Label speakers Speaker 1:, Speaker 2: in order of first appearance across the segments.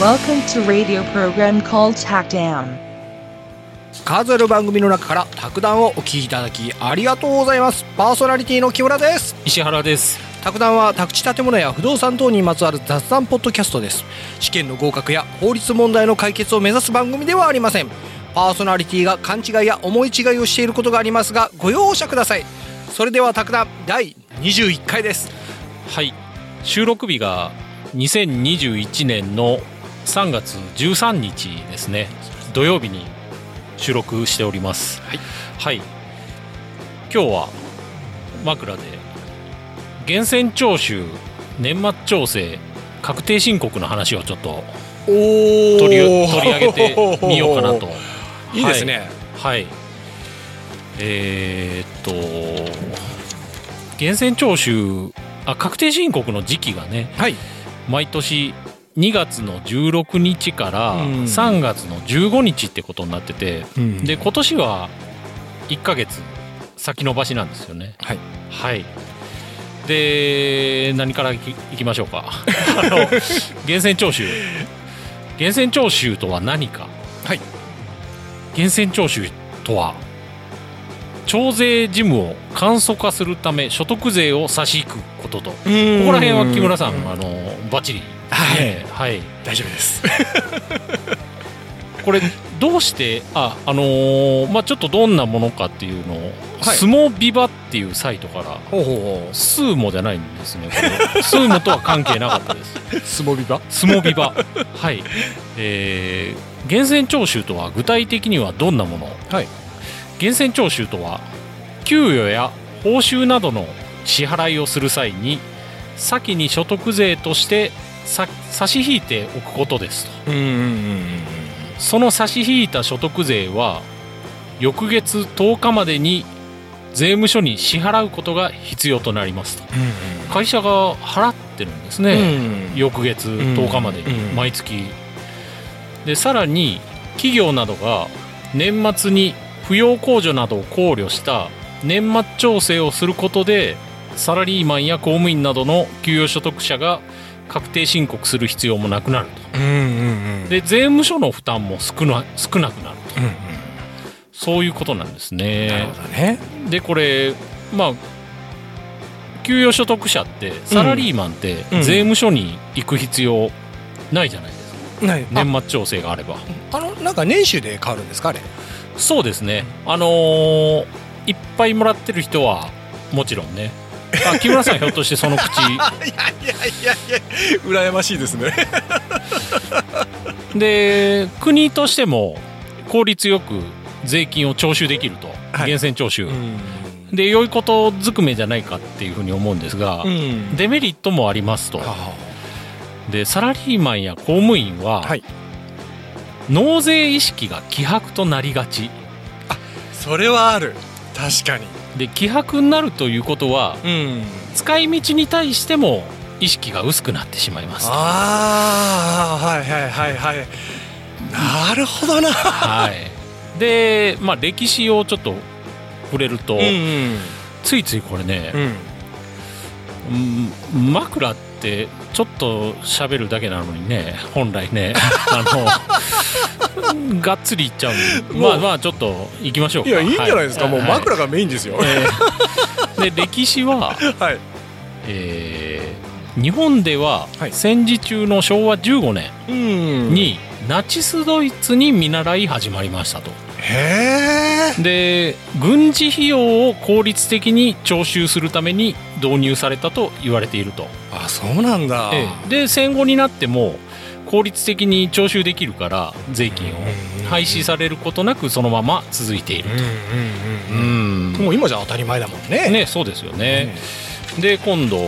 Speaker 1: Welcome to radio program called Hackdown.
Speaker 2: 数ある番組の中から卓談をお聞きいただきありがとうございますパーソナリティの木村です
Speaker 3: 石原です
Speaker 2: 卓談は宅地建物や不動産等にまつわる雑談ポッドキャストです試験の合格や法律問題の解決を目指す番組ではありませんパーソナリティが勘違いや思い違いをしていることがありますがご容赦くださいそれでは卓談第21回です
Speaker 3: はい収録日が2021年の3月13日ですね土曜日に収録しております
Speaker 2: はい、
Speaker 3: はい今日は枕で源泉徴収年末調整確定申告の話をちょっと
Speaker 2: お
Speaker 3: 取り取り上げてみようかなと
Speaker 2: いいですね、
Speaker 3: はい。えーっと、源泉徴収、あ、確定申告の時期がね、
Speaker 2: はい
Speaker 3: 毎年2月の16日から
Speaker 2: うん
Speaker 3: 3月の15日ってことになってて、
Speaker 2: うん
Speaker 3: で、今年は1ヶ月先延ばしなんですよね。
Speaker 2: はい。
Speaker 3: はい。で、何からいきいきましょう か。あの、源泉徴収。源泉徴収とは何か。
Speaker 2: はい。
Speaker 3: 源泉徴収とは徴税事務を簡素化するため所得税を差し引くこととこ
Speaker 2: ここ
Speaker 3: こら辺は木村さんあのバッチリ
Speaker 2: はい
Speaker 3: ねはい、
Speaker 2: 大丈夫です
Speaker 3: これどうしてああのーまあちょっとどんなものかっていうのを、
Speaker 2: はい
Speaker 3: スモビバっていうサイトから
Speaker 2: ほうほうほ
Speaker 3: スーモじゃないんですねこれスーモとは関係なかったです
Speaker 2: うスモビバ
Speaker 3: スモビバ はいえー源泉徴収とは具体的にはどんなもの、
Speaker 2: はい
Speaker 3: 源泉徴収とは給与や報酬などの支払いをする際に先に所得税としてさ差し引いておくことですと
Speaker 2: うんうんうん
Speaker 3: その差し引いた所得税は翌月10日までに税務署に支払うことが必要となりますと会社が払ってるんですね、
Speaker 2: うん
Speaker 3: 翌月10日まで
Speaker 2: うんう
Speaker 3: に
Speaker 2: ん
Speaker 3: 毎月でさらに企業などが年末に扶養控除などを考慮した年末調整をすることでサラリーマンや公務員などの給与所得者が確定申告する必要もなくなる
Speaker 2: うん
Speaker 3: とで税務署の負担も少な少なくなる
Speaker 2: う
Speaker 3: と
Speaker 2: んうん
Speaker 3: そういうことなんです
Speaker 2: なる
Speaker 3: ね
Speaker 2: ほどね
Speaker 3: でこれまあ給与所得者ってサラリーマンって
Speaker 2: うん
Speaker 3: 税務署に行く必要ないじゃないですか
Speaker 2: ない
Speaker 3: 年末調整があれば
Speaker 2: ああのなんか年収で変わるんですかあれ
Speaker 3: そうですねあのーいっぱいもらってる人はもちろんねあ木村さんひょっとしてその口
Speaker 2: いやいやいやいや羨ましいですね
Speaker 3: で国としても効率よく税金を徴収できると、源泉徴収、で良いことずくめじゃないかっていうふうに思うんですが、
Speaker 2: ん
Speaker 3: デメリットもありますと
Speaker 2: あ
Speaker 3: でサラリーマンや公務員は、
Speaker 2: はい
Speaker 3: 納税意識が希薄となりがち
Speaker 2: それはある確かに
Speaker 3: で希薄になるということは
Speaker 2: うん
Speaker 3: 使い道に対しても意識が薄くなってしまいます。
Speaker 2: ああはいはいはいはいなるほどな
Speaker 3: はい、で、まあ、歴史をちょっと触れると、
Speaker 2: ん
Speaker 3: ついついこれね、
Speaker 2: ん
Speaker 3: うん枕ってちょっと喋るだけなのにね本 来ねあのがっつりいっちゃうんで
Speaker 2: もう
Speaker 3: まあまあちょっと行きましょう
Speaker 2: い
Speaker 3: か
Speaker 2: やいいんじゃないですか
Speaker 3: は
Speaker 2: もう
Speaker 3: はい
Speaker 2: 枕がメインですよは
Speaker 3: えーで歴史は、
Speaker 2: い
Speaker 3: えー日本では
Speaker 2: はい
Speaker 3: 戦時中の昭和15年
Speaker 2: うん
Speaker 3: に、ナチスドイツに見習い始まりましたと
Speaker 2: へえ
Speaker 3: で軍事費用を効率的に徴収するために導入されたと言われていると、
Speaker 2: あそうなんだ
Speaker 3: ええで戦後になっても効率的に徴収できるから税金を廃止されることなくそのまま続いている
Speaker 2: うん
Speaker 3: う
Speaker 2: うんうんう
Speaker 3: ん
Speaker 2: んもう今じゃ当たり前だもんね
Speaker 3: ねそうですよね、で今度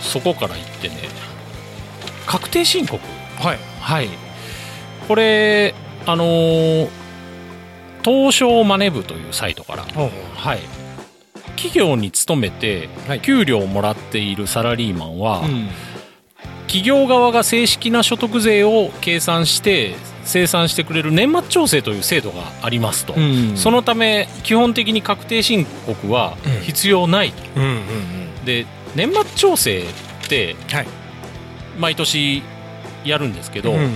Speaker 3: そこから行ってね確定申告
Speaker 2: はい
Speaker 3: はいこれあのー東証マネ部というサイトからはい、企業に勤めて
Speaker 2: はい
Speaker 3: 給料をもらっているサラリーマンは、
Speaker 2: うん
Speaker 3: 企業側が正式な所得税を計算して生産してくれる年末調整という制度がありますと、
Speaker 2: うん
Speaker 3: そのため基本的に確定申告は
Speaker 2: うん
Speaker 3: 必要ない、
Speaker 2: うんうんうん
Speaker 3: で年末調整って
Speaker 2: はい
Speaker 3: 毎年やるんですけ
Speaker 2: う
Speaker 3: ど、
Speaker 2: んうん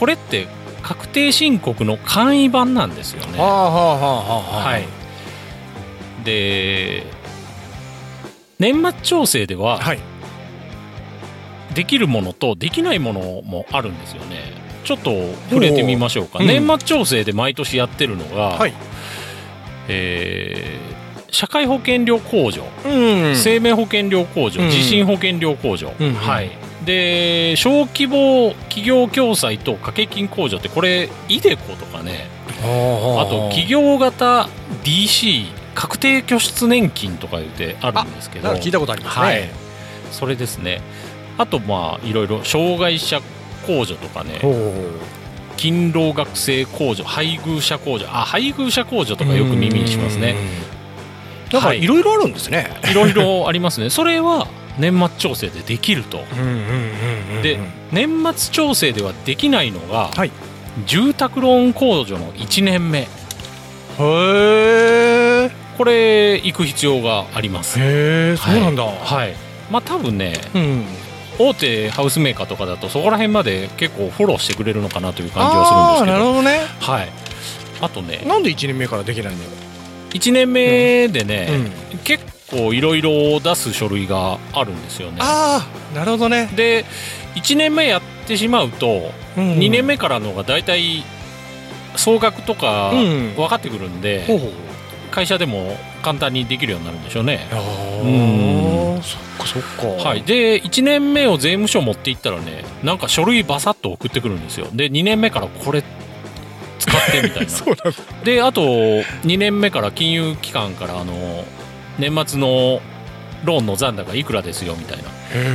Speaker 3: これって確定申告の簡易版なんですよね。
Speaker 2: はあはあはあはあ
Speaker 3: はい、で年末調整では
Speaker 2: はい
Speaker 3: できるものとできないものもあるんですよね。ちょっと触れてみましょう
Speaker 2: ほ
Speaker 3: か、
Speaker 2: ううん
Speaker 3: 年末調整で毎年やってるのが、
Speaker 2: はい
Speaker 3: えー社会保険料控除、
Speaker 2: うん
Speaker 3: 生命保険料控除、
Speaker 2: うん
Speaker 3: 地震保険料控除、
Speaker 2: うんうん
Speaker 3: はい、で小規模企業共済と掛け金控除ってこれイデコとかねあ
Speaker 2: あ
Speaker 3: と企業型 DC 確定拠出年金とか言ってあるんですけど
Speaker 2: なんか聞いたことありますね、
Speaker 3: はい、それですねあとまあいろいろ障害者控除とかね
Speaker 2: ほう
Speaker 3: 勤労学生控除配偶者控除あ配偶者控除とかよく耳にしますね
Speaker 2: うんなんか
Speaker 3: はい
Speaker 2: いろいろあるんですね、
Speaker 3: いろいろありますね それは年末調整でできるとで年末調整ではできないのが、
Speaker 2: はい
Speaker 3: 住宅ローン控除の1年目
Speaker 2: へえ
Speaker 3: これ行く必要があります
Speaker 2: へえそうなんだ、
Speaker 3: はいまあ多分ね
Speaker 2: うん、
Speaker 3: 大手ハウスメーカーとかだとそこら辺まで結構フォローしてくれるのかなという感じは
Speaker 2: あ
Speaker 3: す
Speaker 2: あ
Speaker 3: るんで
Speaker 2: なる
Speaker 3: すけ
Speaker 2: ほ
Speaker 3: ど
Speaker 2: どね
Speaker 3: はいあとね
Speaker 2: なんで1年目からできないんだろ
Speaker 3: 1年目でね
Speaker 2: う、
Speaker 3: 結構いろいろ出す書類があるんですよね
Speaker 2: ああなるほどね、
Speaker 3: で1年目やってしまうと
Speaker 2: うん
Speaker 3: 2年目からのが大体総額とか
Speaker 2: うん
Speaker 3: 分かってくるんで、
Speaker 2: ほうほう
Speaker 3: 会社でも簡単にできるようになるんでしょうね。
Speaker 2: あ
Speaker 3: う
Speaker 2: あそっかそっか
Speaker 3: はい、で1年目を税務署持っていったらねなんか書類バサッと送ってくるんですよで2年目からこれ使ってみたい な
Speaker 2: そうなんだ
Speaker 3: であと2年目から金融機関からあの年末のローンの残高いくらですよみたい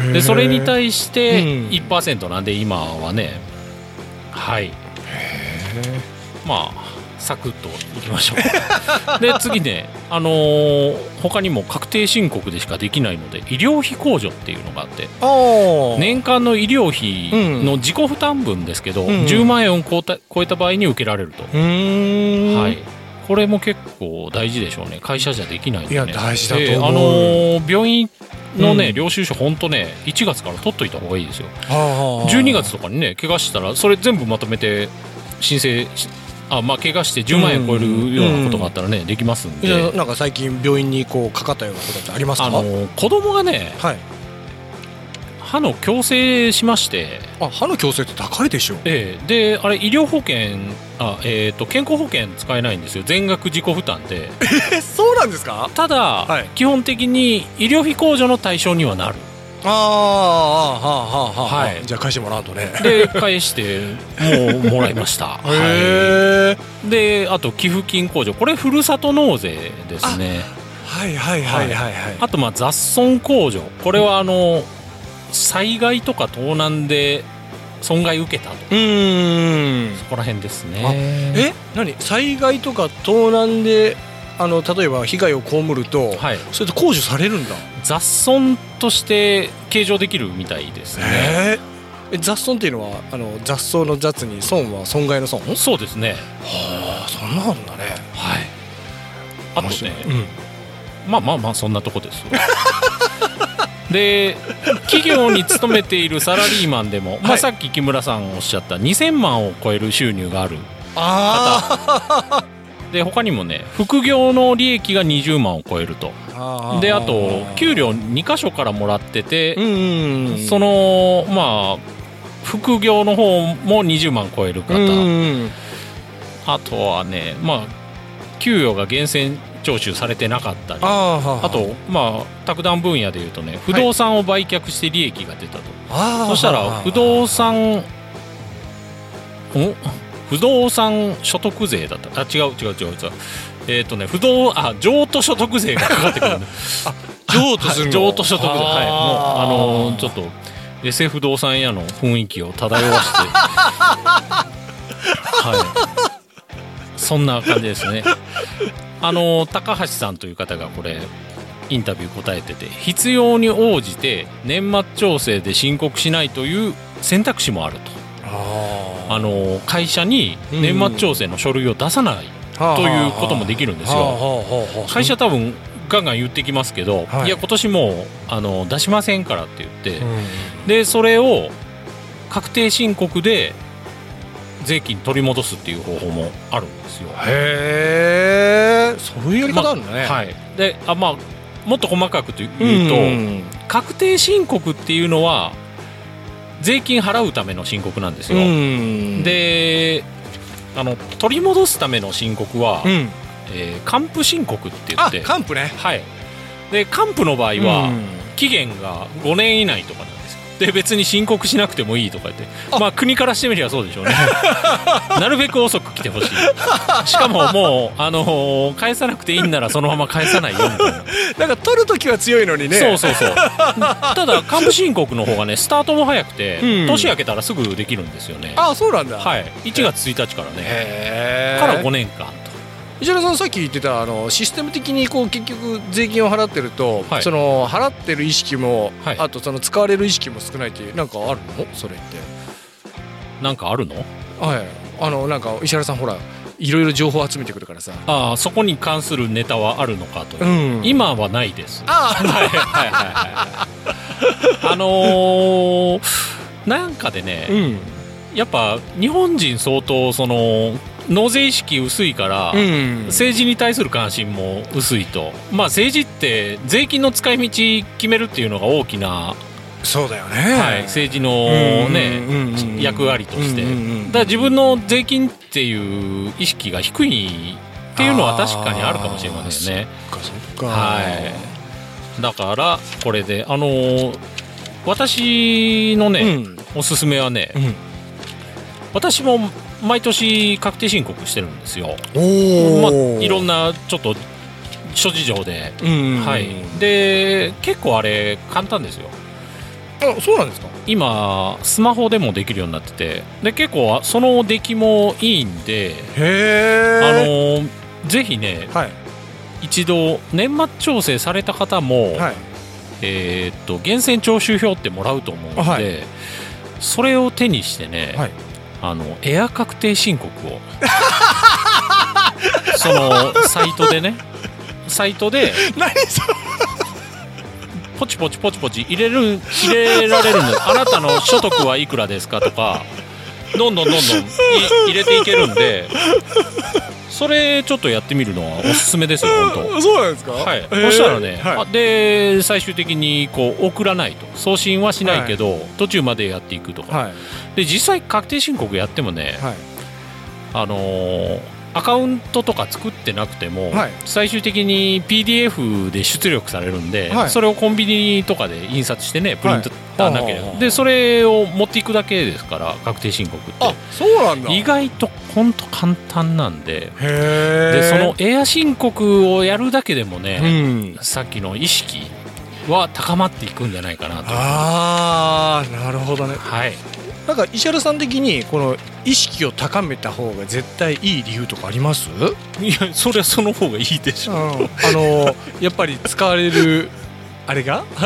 Speaker 3: なでそれに
Speaker 2: し
Speaker 3: 対して
Speaker 2: うん
Speaker 3: 1%なんで今はねはいまあサクッといきましょ うで次ねあのー他にも確定申告でしかできないので医療費控除っていうのがあって
Speaker 2: ああ
Speaker 3: 年間の医療費の自己負担分ですけど、
Speaker 2: うんうん
Speaker 3: 10万円を超えた超えた場合に受けられると、
Speaker 2: うーん
Speaker 3: はいこれも結構大事でしょうね会社じゃできないんで、ね、
Speaker 2: いや大事だと思う
Speaker 3: であのー病院のね、
Speaker 2: うん
Speaker 3: 領収書ほんとね1月から取っといた方がいいですよ
Speaker 2: ああ
Speaker 3: 12月とかにね怪我したらそれ全部まとめて申請しあまあ怪我して10万円超えるようなことがあったらね、できますん
Speaker 2: い
Speaker 3: で、
Speaker 2: やなんか最近病院にこうかかったようなことってありますか
Speaker 3: あのー子供がね
Speaker 2: はい
Speaker 3: 歯の矯正しまして
Speaker 2: あ歯の矯正って高いでしょ
Speaker 3: ええであれ医療保険あ、えー、と健康保険使えないんですよ全額自己負担で
Speaker 2: えそうなんですか
Speaker 3: ただ、
Speaker 2: はい
Speaker 3: 基本的に医療費控除の対象にはなる
Speaker 2: あーあーはあはあはあ、
Speaker 3: はい
Speaker 2: じゃあ返してもらうとね
Speaker 3: で返してもうもらいました、は
Speaker 2: へえ
Speaker 3: い、であと寄付金控除これふるさと納税ですね
Speaker 2: はいはいはいはいはい
Speaker 3: あとまあ雑損控除これはあの、災害とか盗難で損害受けたと
Speaker 2: うーん
Speaker 3: そこら辺ですね
Speaker 2: あえ何災害とか盗難であの例えば被害を被ると、
Speaker 3: はい
Speaker 2: それと控除されるんだ
Speaker 3: 雑損として計上できるみたいですね、
Speaker 2: へえ雑損っていうのはあの雑草の雑に損は損害の損
Speaker 3: そうですね。
Speaker 2: はあそんなあるんだね
Speaker 3: はい。あと
Speaker 2: 面白い
Speaker 3: ね、まあまあまあそんなとこですよ。 で企業に勤めているサラリーマンでも、ま
Speaker 2: は
Speaker 3: あ、
Speaker 2: い
Speaker 3: さっき木村さんおっしゃった2000万を超える収入がある
Speaker 2: あ
Speaker 3: で他にもね副業の利益が20万を超えると
Speaker 2: あ
Speaker 3: であと給料2箇所からもらって
Speaker 2: う
Speaker 3: て、
Speaker 2: ん
Speaker 3: そのまあ副業の方も20万超える方、
Speaker 2: うん
Speaker 3: あとはねまあ給与が源泉徴収されてなかったり
Speaker 2: ああはあ
Speaker 3: あとまあ卓談分野でいうとね不動産を売却して利益が出たと、
Speaker 2: ああ
Speaker 3: そしたら不動産ん不動産所得税だったあ違う違う違う違うえっ、とね不動あ譲渡所得税がかかってく るんだ
Speaker 2: 譲渡するの
Speaker 3: 譲渡所得税はい
Speaker 2: あー
Speaker 3: もうあのーちょっと SF 不動産屋の雰囲気を 漂わしてはいそんな感じですねあのー高橋さんという方がこれインタビュー答えてて必要に応じて年末調整で申告しないという選択肢もあるとあ
Speaker 2: あ
Speaker 3: のー会社に年末調整の書類を出さない
Speaker 2: あ
Speaker 3: ということもで
Speaker 2: き
Speaker 3: きるんですよ会社多分ガンガン言ってきますけど、
Speaker 2: はい
Speaker 3: い、や今年もうあのー出しませんからって言って、でそれを確定申告で税金取り戻すっていう方法もあるんですよ。
Speaker 2: へえそういうやり方あるんだね、
Speaker 3: はい、であまあもっと細かくというと、
Speaker 2: うん
Speaker 3: 確定申告っていうのは税金払うための申告なんですよ。
Speaker 2: うん、
Speaker 3: であの取り戻すための申告は、
Speaker 2: うん、
Speaker 3: えー還付申告って言っ
Speaker 2: あ
Speaker 3: て、
Speaker 2: カンプね
Speaker 3: はい、で還付の場合は、
Speaker 2: うん
Speaker 3: 期限が5年以内とかなんですよで別に申告しなくてもいいとか言って
Speaker 2: あ
Speaker 3: まあ国からしてみればそうでし ょうねなるべく遅く来てほしいしかももう、あのー返さなくていいんならそのまま返さないよみたい な、
Speaker 2: なんか取るときは強いのにね
Speaker 3: そうそうそう ただ還付申告の方がねスタートも早くて、
Speaker 2: うん
Speaker 3: 年明けたらすぐできるんですよね
Speaker 2: あそうなんだ、
Speaker 3: はい1月1日からね
Speaker 2: へえ
Speaker 3: から5年間と
Speaker 2: 石原さんさっき言ってたあのシステム的にこう結局税金を払ってると、
Speaker 3: はい
Speaker 2: その払ってる意識も、
Speaker 3: はい
Speaker 2: あとその使われる意識も少ないっていうなんかあるのそれって
Speaker 3: なんかあるの
Speaker 2: はいあのなんか石原さんほらいろいろ情報集めてくるからさ
Speaker 3: ああそこに関するネタはあるのかと、
Speaker 2: ん今
Speaker 3: 今はないです
Speaker 2: あ
Speaker 3: はいはいはいはい。あのーなんかでね、
Speaker 2: ん
Speaker 3: やっぱ日本人相当その納税意識薄いから、
Speaker 2: うん
Speaker 3: 政治に対する関心も薄いと、まあ、政治って税金の使い道決めるっていうのが大きな、
Speaker 2: そうだよね、
Speaker 3: はい、
Speaker 2: 政
Speaker 3: 政治のね、役割としてだから自分の税金っていう意識が低いっていうのは確かにあるかもしれませんね。
Speaker 2: そっかそっか
Speaker 3: はい、だからこれであのー私の
Speaker 2: う
Speaker 3: ね、
Speaker 2: ん
Speaker 3: おすすめはね
Speaker 2: うん
Speaker 3: 私も毎年確定申告してるんですよ、まあ、
Speaker 2: おお、
Speaker 3: いろん
Speaker 2: な、
Speaker 3: なちょっと諸事情で、
Speaker 2: うん
Speaker 3: はい、で結構あれ簡単ですよ
Speaker 2: あそうなんですか
Speaker 3: 今スマホでもできるようになっててで結構その出来もいいんで、
Speaker 2: へ
Speaker 3: あ
Speaker 2: え
Speaker 3: のーぜひね
Speaker 2: あのはい
Speaker 3: 一度年末調整された方も、
Speaker 2: はい
Speaker 3: えーっと源泉徴収票ってもらうと思うので、
Speaker 2: はい
Speaker 3: それを手にしてね、
Speaker 2: はい
Speaker 3: あのエア確定申告を そのサイトでねサイトで
Speaker 2: 何そ
Speaker 3: ポチポチポチポチ入れる入れられるんであなたの所得はいくらですかとかどんどんどんどんい入れていけるんでそれちょっとやってみるのはおすすめですよ本当。
Speaker 2: そうなんですか
Speaker 3: はい、
Speaker 2: へ
Speaker 3: そ
Speaker 2: ー
Speaker 3: したらね、
Speaker 2: はい
Speaker 3: あで最終的にこう送らないと送信はしないけど、途中までやっていくとか、
Speaker 2: はい
Speaker 3: で実際確定申告やってもね、
Speaker 2: はい
Speaker 3: あのーアカウントとか作ってなくても、
Speaker 2: はい
Speaker 3: 最終的に PDF で出力されるんで、
Speaker 2: はい
Speaker 3: それをコンビニとかで印刷してねプリント
Speaker 2: はい
Speaker 3: なければ、
Speaker 2: あー
Speaker 3: でそれを持っていくだけですから確定申告って
Speaker 2: あそうなんだ
Speaker 3: 意外と本当簡単なんで
Speaker 2: へえ
Speaker 3: でそのエア申告をやるだけでもね、
Speaker 2: うん
Speaker 3: さっきの意識は高まっていくんじゃないかなと。
Speaker 2: ああなるほどね
Speaker 3: はい、
Speaker 2: なんか石原さん的にこの意識を高めた方が絶対いい理由とかあります
Speaker 3: いやそれはその方がいいでし
Speaker 2: う
Speaker 3: ょ
Speaker 2: ん、あのやっぱり使われるあれが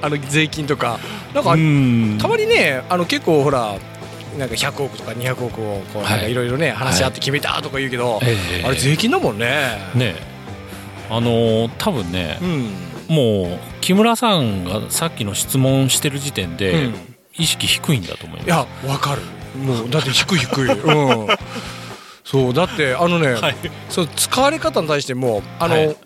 Speaker 2: あの税金とかなんかあ
Speaker 3: ん
Speaker 2: たまにねあの結構ほらなんか100億とか200億をこう
Speaker 3: はい
Speaker 2: なんかいろいろね話し合って決めたとか言うけど、
Speaker 3: ええ
Speaker 2: あれ税金だもんね。
Speaker 3: ねあのー多分ね
Speaker 2: う、ん。
Speaker 3: もう木村さんがさっきの質問してる時点で、
Speaker 2: うん
Speaker 3: 意識低いんだと思い
Speaker 2: い
Speaker 3: ます
Speaker 2: やわかる。もうだって低い低い。うん。そうだってあのね、
Speaker 3: はい
Speaker 2: その使われ方に対してもあの、
Speaker 3: はい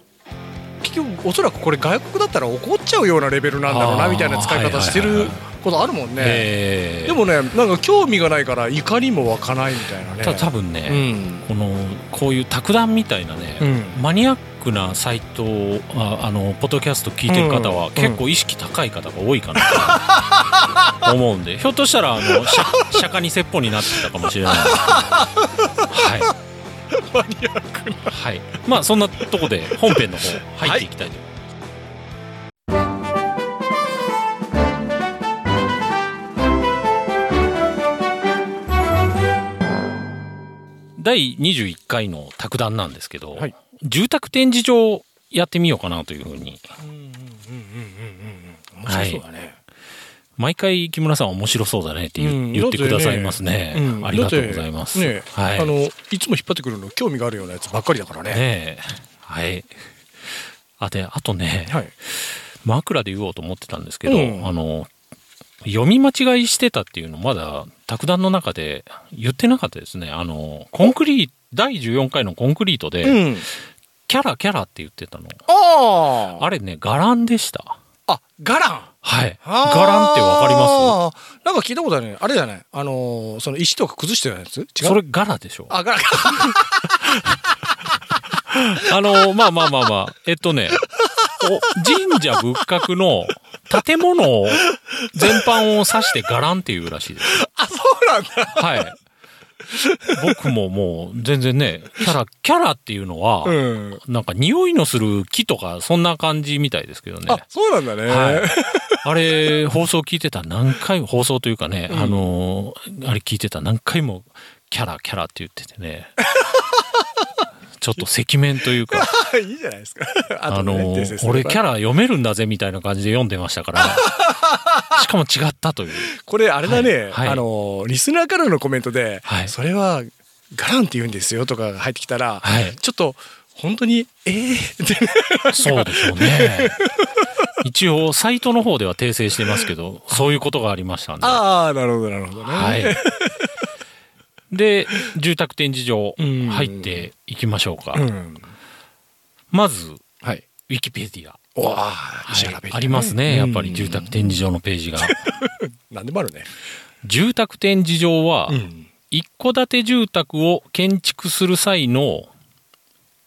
Speaker 2: 結局おそらくこれ外国だったら怒っちゃうようなレベルなんだろうな
Speaker 3: あー
Speaker 2: みたいな使い方して
Speaker 3: はいはい
Speaker 2: る
Speaker 3: はいはい
Speaker 2: ことあるもんね。
Speaker 3: ええ
Speaker 2: でもねなんか興味がないから怒りも湧かないみたいなね。
Speaker 3: た多分
Speaker 2: う
Speaker 3: ね、
Speaker 2: ん。
Speaker 3: このこういう卓談みたいなね、
Speaker 2: うん
Speaker 3: マニアックなサイトをああのポッドキャスト聞いてる方は
Speaker 2: うん
Speaker 3: 結構意識高い方が多いかなと思うんで、ひょっとしたらあの釈 釈迦に説法になってたかもしれないですけどはい
Speaker 2: マニアックな。
Speaker 3: はいまあそんなとこで本編の方入っていきたいと、第21回の卓談なんですけど、
Speaker 2: はい
Speaker 3: 住宅展示場やってみようかなというふうに
Speaker 2: 面白そうだね。
Speaker 3: 毎回木村さん面白そうだねって言,、
Speaker 2: うん
Speaker 3: 言ってくださいますね、
Speaker 2: うん
Speaker 3: ありがとうございます、
Speaker 2: だってね
Speaker 3: はい
Speaker 2: あのいつも引っ張ってくるの興味があるようなやつばっかりだからね。
Speaker 3: ねえはいあであとね、
Speaker 2: はい。
Speaker 3: 枕で言おうと思ってたんですけど、
Speaker 2: うん
Speaker 3: あの読み間違いしてたっていうのまだ卓談の中で言ってなかったですねあのコンクリート第14回のコンクリートで、
Speaker 2: うん。
Speaker 3: キャラキャラって言ってたの
Speaker 2: あ
Speaker 3: あれね伽藍でした
Speaker 2: あ。あ、ガラン。
Speaker 3: はい伽
Speaker 2: あー
Speaker 3: 藍ってわかりま
Speaker 2: なんか聞いたことあるね。あれじゃないあのーその石とか崩してるやつ違う
Speaker 3: すそれガラでしょ
Speaker 2: あ、ガラン。
Speaker 3: あの、まあまあまあまあ、えっとね、お神社仏閣の建物を全般を指して伽藍っていうらしいです。
Speaker 2: あ、そうなんだ。
Speaker 3: はい。僕ももう全然ね、キャラ、キャラって いうのは、
Speaker 2: うん。
Speaker 3: なんか匂いのする木とかそんな感じみたいですけどね。
Speaker 2: あ、そうなんだね。
Speaker 3: はい、あれ、放送聞いてた何回も、放送というかね、あのー、あれ聞いてた何回も、キャラ、キャラって言っててね、 ちょっと赤面というか、
Speaker 2: い、いじゃない ですか。
Speaker 3: あのー俺キャ
Speaker 2: ラ。
Speaker 3: ラ読めるんだぜみたいな感じで読んでまし たからしかも違ったという
Speaker 2: これあれだね、
Speaker 3: はいはい
Speaker 2: あのーリスナーからのコメントで、
Speaker 3: はい
Speaker 2: それはガランって言うんですよとかが入ってきたら、
Speaker 3: はい
Speaker 2: ちょっと本当にえー、って
Speaker 3: そうでしょうね一応サイトの方では訂正してますけどそういうことがありましたんで
Speaker 2: ああなるほどなるほどね。
Speaker 3: はいで住宅展示場
Speaker 2: うん
Speaker 3: 入っていきましょうか
Speaker 2: うん。
Speaker 3: まずウ
Speaker 2: はい。
Speaker 3: ィキペディア、
Speaker 2: おわ
Speaker 3: は
Speaker 2: あ、
Speaker 3: い
Speaker 2: 調べて
Speaker 3: ありますねやっぱり住。
Speaker 2: う
Speaker 3: 宅
Speaker 2: ん
Speaker 3: 展示場のページが
Speaker 2: 何でもあるね。
Speaker 3: 住宅展示場は、
Speaker 2: うん。
Speaker 3: 一戸建て住宅を建築する際の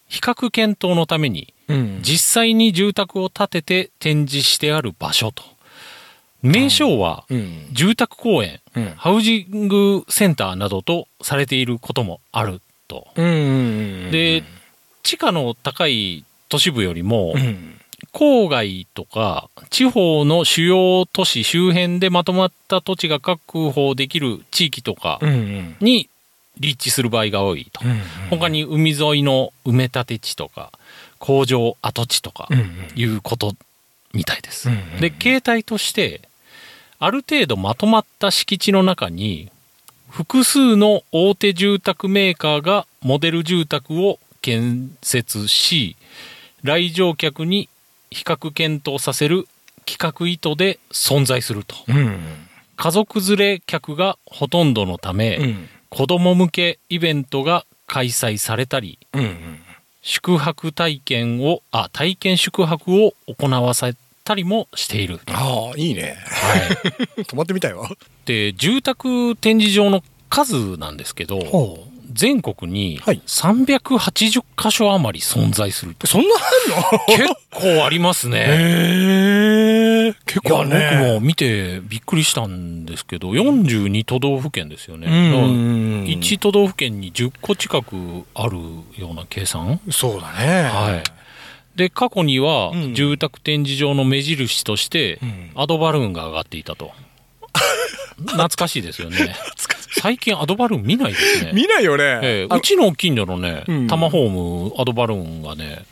Speaker 3: 比較検討のために
Speaker 2: うん
Speaker 3: 実際に住宅を建てて展示してある場所と名称は
Speaker 2: うん。
Speaker 3: 住宅公園
Speaker 2: うん。
Speaker 3: ハウジングセンターなどとされていることもあると
Speaker 2: うん
Speaker 3: で地価の高い都市部よりも
Speaker 2: うん。
Speaker 3: 郊外とか地方の主要都市周辺でまとまった土地が確保できる地域とか
Speaker 2: うん。
Speaker 3: に立地する場合が多いと
Speaker 2: うん。
Speaker 3: 他に海沿いの埋め立て地とか工場跡地とか
Speaker 2: うん。
Speaker 3: いうことみたいです
Speaker 2: うんうん。
Speaker 3: で形態としてある程度まとまった敷地の中に複数の大手住宅メーカーがモデル住宅を建設し来場客に比較検討させる企画意図で存在すると
Speaker 2: うん。
Speaker 3: 家族連れ客がほとんどのため、
Speaker 2: うん。
Speaker 3: 子ども向けイベントが開催されたり
Speaker 2: うん。
Speaker 3: 宿泊体験をあ体験宿泊を行わせたりもしている、
Speaker 2: ああ、いいね。
Speaker 3: はい、
Speaker 2: 泊まってみたいわ。
Speaker 3: で住宅展示場の数なんですけど
Speaker 2: ほう。
Speaker 3: 全国に
Speaker 2: はい
Speaker 3: 380箇所余り存在する と、
Speaker 2: そんなあんの
Speaker 3: 結構ありますね。
Speaker 2: へえ。結
Speaker 3: いや
Speaker 2: 構ね。
Speaker 3: 僕も見てびっくりしたんですけど42都道府県ですよね、
Speaker 2: うん。
Speaker 3: 1都道府県に10個近くあるような計算
Speaker 2: そうだね。
Speaker 3: はい。で、過去には
Speaker 2: うん
Speaker 3: 住宅展示場の目印として
Speaker 2: うん、
Speaker 3: アドバルーンが上がってい たと。懐かしいですよね。最近アドバルーン見ないですね。
Speaker 2: 見ないよね。
Speaker 3: ええ
Speaker 2: あ
Speaker 3: うちの近所のね、
Speaker 2: うん
Speaker 3: タマホームアドバルーンがね、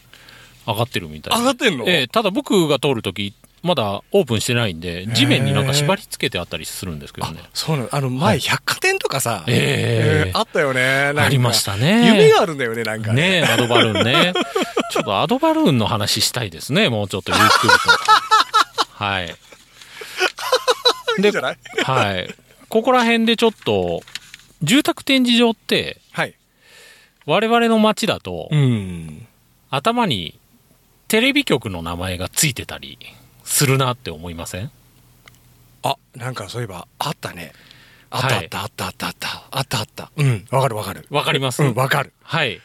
Speaker 3: 上がってるみたい
Speaker 2: 上が
Speaker 3: な
Speaker 2: っ。てんの
Speaker 3: ええただ僕が通るとき、まだオープンしてないんで、地面になんか縛り付けてあったりするんですけどね。
Speaker 2: そうなの。あの、前、百貨店とかさ、
Speaker 3: ええ
Speaker 2: えあったよね。なんか
Speaker 3: ありましたね。
Speaker 2: 夢があるんだよね、なんか。
Speaker 3: ねえ、アドバルー ンね。ちょっとアドバルーンの話したいですね、もうちょっとゆっ くりと。はい。
Speaker 2: いいんじゃない
Speaker 3: はい。ここら辺でちょっと、住宅展示場って、
Speaker 2: はい。
Speaker 3: 我々の街だと、
Speaker 2: ん。
Speaker 3: 頭にテレビ局の名前がついてたりするなって思いません
Speaker 2: あ、なんかそういえば、あったね。あ
Speaker 3: はい
Speaker 2: ったあったあったあったあった。あったあった。うん。わかるわかる。
Speaker 3: わかります、
Speaker 2: うん、わかる。
Speaker 3: はい。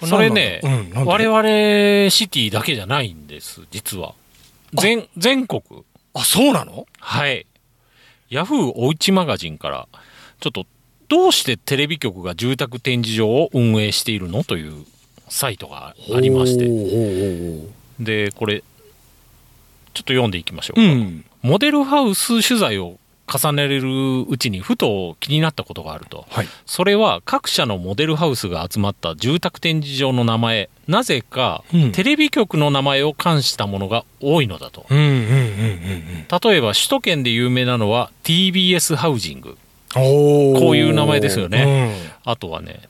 Speaker 2: そう
Speaker 3: それね、
Speaker 2: なんだうんなん
Speaker 3: 我
Speaker 2: で
Speaker 3: 々シティだけじゃないんです、実は。全、全国。
Speaker 2: あ、そうなの
Speaker 3: はい。ヤフーおうちマガジンから、ちょっと、どうしてテレビ局が住宅展示場を運営しているのというサイトがありまし
Speaker 2: お
Speaker 3: て。
Speaker 2: ーおーおー
Speaker 3: で、これ、ちょっと読んでいきましょう
Speaker 2: お
Speaker 3: か。
Speaker 2: ーうん。
Speaker 3: モデルハウス取材を重ねるうちに、ふと気になったことがあると。
Speaker 2: はい。
Speaker 3: それは各社のモデルハウスが集まった住宅展示場の名前、なぜか
Speaker 2: うん
Speaker 3: テレビ局の名前を冠したものが多いのだと。
Speaker 2: うんうんうんうん
Speaker 3: 例えば首都圏で有名なのは TBS ハウジング
Speaker 2: うん。おー
Speaker 3: こういう名前ですよね。あとはね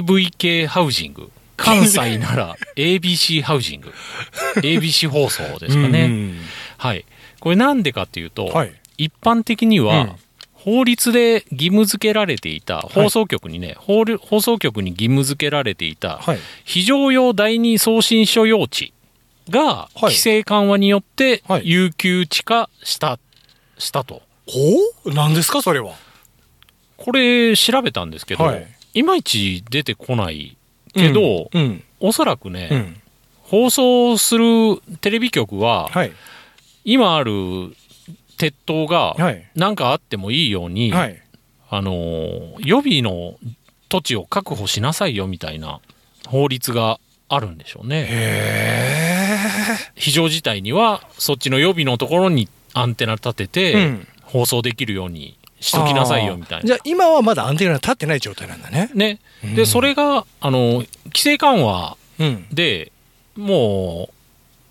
Speaker 3: TVK ハウジング関西 なら ABC ハウジング ABC 放送で
Speaker 2: うん
Speaker 3: すかね、
Speaker 2: うん
Speaker 3: はいこれなんでかっていうと、
Speaker 2: はい
Speaker 3: 一般的には、
Speaker 2: うん
Speaker 3: 法律で義務付けられていた放送局にね、法律放送局に義務付けられていた
Speaker 2: はい
Speaker 3: 非常用第二送信所用地が
Speaker 2: い
Speaker 3: 規制緩和によって
Speaker 2: はい
Speaker 3: 有給地化したしたと
Speaker 2: ほう何ですかそれは
Speaker 3: これ調べたんですけど、
Speaker 2: はい
Speaker 3: い、まいち出てこないけど、
Speaker 2: うん
Speaker 3: おそらくね、
Speaker 2: うん
Speaker 3: 放送するテレビ局は、
Speaker 2: はい
Speaker 3: 今ある鉄塔が
Speaker 2: はい
Speaker 3: 何かあってもいいように、
Speaker 2: はい
Speaker 3: あのー予備の土地を確保しなさいよみたいな法律があるんでしょうね非常事態にはそっちの予備のところにアンテナ立てて、
Speaker 2: うん
Speaker 3: 放送できるようにしときなさいよみたい
Speaker 2: じ
Speaker 3: な
Speaker 2: ゃあ今はまだアンテナが立ってない状態なんだね
Speaker 3: ね
Speaker 2: う
Speaker 3: で
Speaker 2: ん
Speaker 3: それがあのー規制緩和
Speaker 2: うん
Speaker 3: でも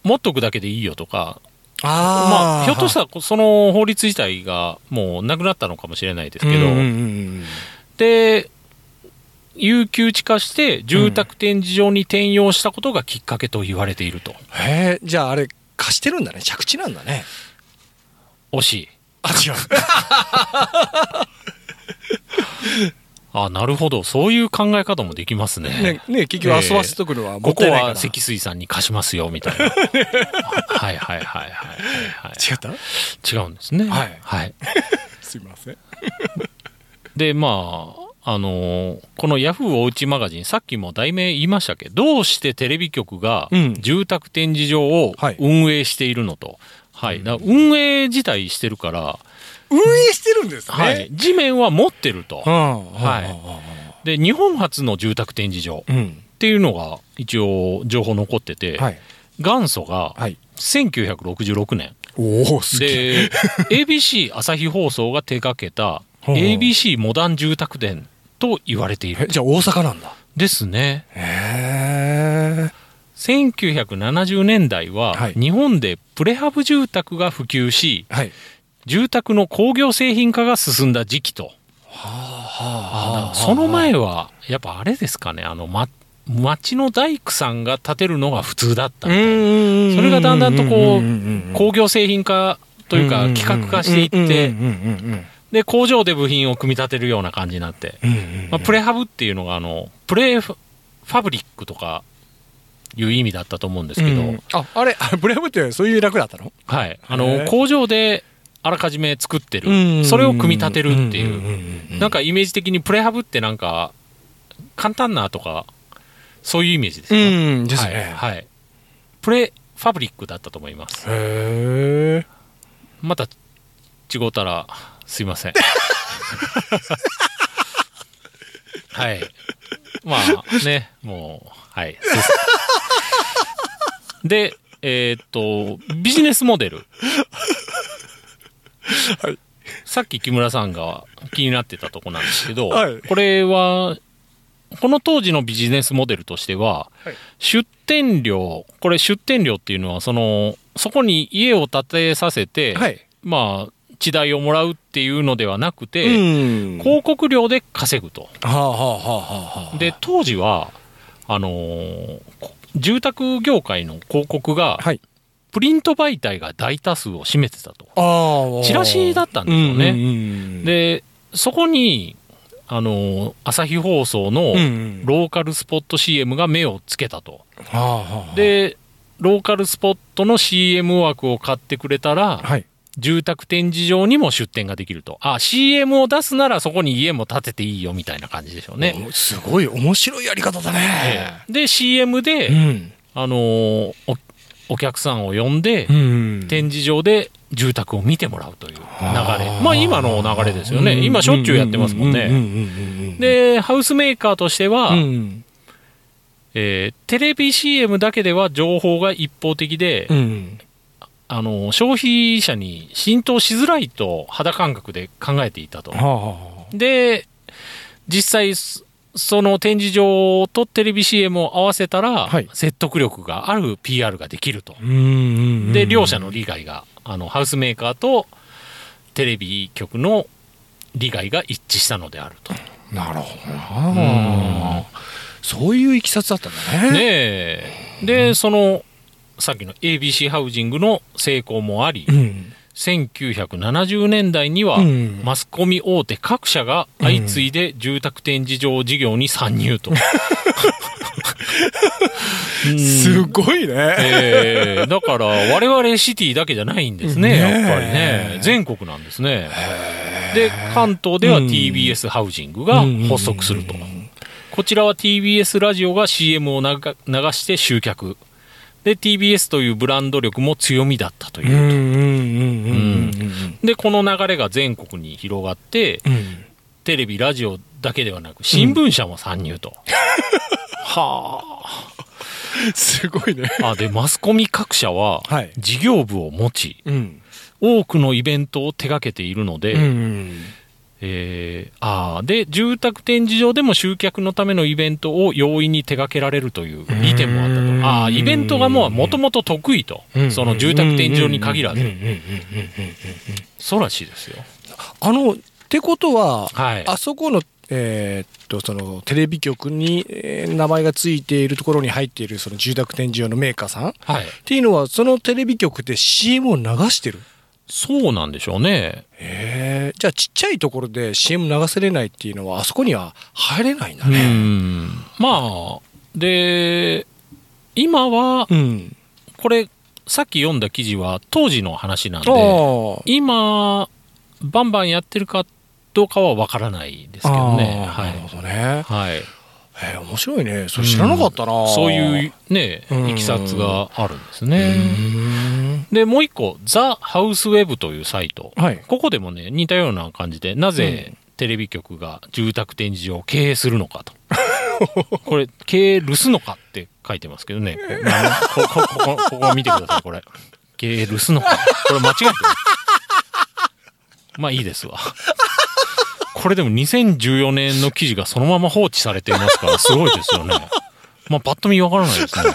Speaker 3: う持っとくだけでいいよとかま
Speaker 2: あ
Speaker 3: あ、ひょっとしたたらこその法律自体がもうなくなったのかもしれないですけど、で有給地化して住宅展示場に転用したことがきっかけと言われていると、
Speaker 2: へえじゃああれ貸してるんだね着地なんだね
Speaker 3: 惜しい
Speaker 2: あ違う
Speaker 3: あなるほどそういう考え方もできますね
Speaker 2: ねね結局遊ばせとくのはも
Speaker 3: こ
Speaker 2: っ
Speaker 3: こ
Speaker 2: たいないから
Speaker 3: は積水さんに貸しますよみたいな はいはいはいはいはい、
Speaker 2: 違った
Speaker 3: はい、違うんですね
Speaker 2: はい
Speaker 3: はい、
Speaker 2: すいません
Speaker 3: でまああのーこのヤフーおうちマガジンさっきも題名言いましたけどどうしてテレビ局が
Speaker 2: うん
Speaker 3: 住宅展示場を
Speaker 2: はい
Speaker 3: 運営しているのと、はいだから運営自体してるから、
Speaker 2: 運営してるんですね
Speaker 3: はい、地面は持ってると、
Speaker 2: うん
Speaker 3: はで日本初の住宅展示場
Speaker 2: いうん
Speaker 3: っていうのが一応情報残ってて、
Speaker 2: はい
Speaker 3: 元祖が
Speaker 2: はい
Speaker 3: 1966年
Speaker 2: おおすげえ
Speaker 3: で ABC 朝日放送が手掛けた
Speaker 2: ほうほう
Speaker 3: ABC モダン住宅展と言われている
Speaker 2: えじゃあ大阪なんだ
Speaker 3: ですね
Speaker 2: へえ
Speaker 3: 1970年代は
Speaker 2: はい
Speaker 3: 日本でプレハブ住宅が普及し
Speaker 2: はい
Speaker 3: 住宅の工業製品化が進んだ時期と
Speaker 2: は
Speaker 3: その前はやっぱあれですかねあの、ま、町の大工さんが建てるのが普通だったみたいなそ
Speaker 2: そ
Speaker 3: れがだんだんとこう
Speaker 2: う
Speaker 3: 工業製品化というか規格化していってで工場で部品を組み立てるような感じになって、まあ、プ
Speaker 2: レ
Speaker 3: レハブっていうのがあのプレファブリックとかいう意味だったと思うんですけど、
Speaker 2: ああれあれプレハブってそういう楽だったの
Speaker 3: はい、あ
Speaker 2: へえ
Speaker 3: の工場であらかじめ作って
Speaker 2: うん
Speaker 3: るそれを組み立てるっ
Speaker 2: うん
Speaker 3: ていう
Speaker 2: うんうんうん
Speaker 3: なんかイメージ的にプレハブってなんか簡単なとかそういうイメージです
Speaker 2: う
Speaker 3: ね、
Speaker 2: んです
Speaker 3: はい
Speaker 2: ね
Speaker 3: はい、プレファブリックだったと思います
Speaker 2: へえ
Speaker 3: また違うたらすいま せんはいまあねもうはいすでえーっとビジネスモデル
Speaker 2: はい
Speaker 3: さっき木村さんが気になってたとこなんですけど、
Speaker 2: はい
Speaker 3: これはこの当時のビジネスモデルとしては、
Speaker 2: はい
Speaker 3: 出店料これ出店料っていうのはそのそこに家を建てさせて、
Speaker 2: はい
Speaker 3: まあ地代をもらうっていうのではなくて、
Speaker 2: うん
Speaker 3: 広告料で稼ぐと
Speaker 2: はあはあはあはあ
Speaker 3: で当時はあのーこ住宅業界の広告が、
Speaker 2: はい
Speaker 3: プリント媒体が大多数を占めてたと
Speaker 2: ああ
Speaker 3: チラシだったんですよね、
Speaker 2: ね
Speaker 3: でそこにあのー朝日放送の
Speaker 2: うん
Speaker 3: ローカルスポット CM が目をつけたと、
Speaker 2: はあはあ
Speaker 3: でローカルスポットの CM 枠を買ってくれたら、
Speaker 2: はい
Speaker 3: 住宅展示場にも出店ができるとあ CM を出すならそこに家も建てていいよみたいな感じでしょうね、
Speaker 2: おすごい面白いやり方だね
Speaker 3: で CM で、
Speaker 2: うん
Speaker 3: あのーおお客さんを呼んで、
Speaker 2: うん
Speaker 3: 展示場で住宅を見てもらうという流れ
Speaker 2: あー
Speaker 3: まあ今の流れですよね今しょっちゅうやってますもんね、
Speaker 2: ううんうん
Speaker 3: でハウスメーカーとしては、
Speaker 2: うん
Speaker 3: えーテレビ CM だけでは情報が一方的で、
Speaker 2: うん
Speaker 3: あの消費者に浸透しづらいと肌感覚で考えていたと
Speaker 2: は。あは
Speaker 3: で実際そその展示場とテレビ CM を合わせたら、
Speaker 2: はい
Speaker 3: 説得力がある PR ができると
Speaker 2: あ。うんうんうん
Speaker 3: で両者の利害があのハウスメーカーとテレビ局の利害が一致したのであると。
Speaker 2: なるほどなそういういきさつだったんだね
Speaker 3: ねえでそのさっきの ABC ハウジングの成功もあり
Speaker 2: うん
Speaker 3: 1970年代には、
Speaker 2: うん
Speaker 3: マスコミ大手各社が相次いで住宅展示場事業に参入と。うん
Speaker 2: すごいね。
Speaker 3: えーだから我々シティだけじゃないんですね
Speaker 2: ねえ
Speaker 3: やっぱりね全国なんですねで関東では
Speaker 2: うん
Speaker 3: TBS ハウジングが発足すると、こちらは TBS ラジオが CM を流流して集客で TBS というブランド力も強みだったというう、
Speaker 2: んうんうんうんうん
Speaker 3: でこの流れが全国に広がって
Speaker 2: うんうん。
Speaker 3: テレビラジオだけではなく新聞社も参入 と、は
Speaker 2: すごいね。
Speaker 3: ああでマスコミ各社は
Speaker 2: はい
Speaker 3: 事業部を持ち、
Speaker 2: うん。
Speaker 3: 多くのイベントを手掛けているので、
Speaker 2: うん。
Speaker 3: えーあーで住宅展示場でも集客のためのイベントを容易に手掛けられるという利点もあった
Speaker 2: う
Speaker 3: と
Speaker 2: ん
Speaker 3: あーイベントがもうもともと得意と、その住宅展示場に限らず、
Speaker 2: うんうんうんうんうんうん
Speaker 3: そうらしいですよ
Speaker 2: あの、ってことは、
Speaker 3: はい
Speaker 2: あそこの、えーっと、その、テレビ局に、えー名前がついているところに入っている、その住宅展示用のメーカーさんっ
Speaker 3: はい
Speaker 2: ていうのは、そのテレビ局で CM を流してる。
Speaker 3: そうなんでしょうね
Speaker 2: へえ。じゃあ、ちっちゃいところで CM 流せれないっていうのは、あそこには入れないんだ
Speaker 3: う
Speaker 2: ね。
Speaker 3: んまあで今は
Speaker 2: うん。
Speaker 3: これさっき読んだ記事は当時の話なん
Speaker 2: あ
Speaker 3: で
Speaker 2: あ。
Speaker 3: 今バンバンやってるかどうかはわからないですけどね
Speaker 2: あー
Speaker 3: は
Speaker 2: なる
Speaker 3: い、
Speaker 2: ほどね。
Speaker 3: はい、
Speaker 2: えー、面白いね。それ知らなかったな。
Speaker 3: そういうね
Speaker 2: うん
Speaker 3: いきさつがあるんです
Speaker 2: う
Speaker 3: ね
Speaker 2: ーん。
Speaker 3: でもう一個ザ・ハウスウェブというサイト
Speaker 2: はい。
Speaker 3: ここでもね似たような感じでなぜテレビ局が住宅展示場を経営するの かとこれ経営留守のかって書いてますけどねここここここここ見てくださいこれ経営留守のかこれ間違 えてるまあいいですわこれでも2014年の記事がそのまま放置されています からすごいですよねまあパッと見わからないですね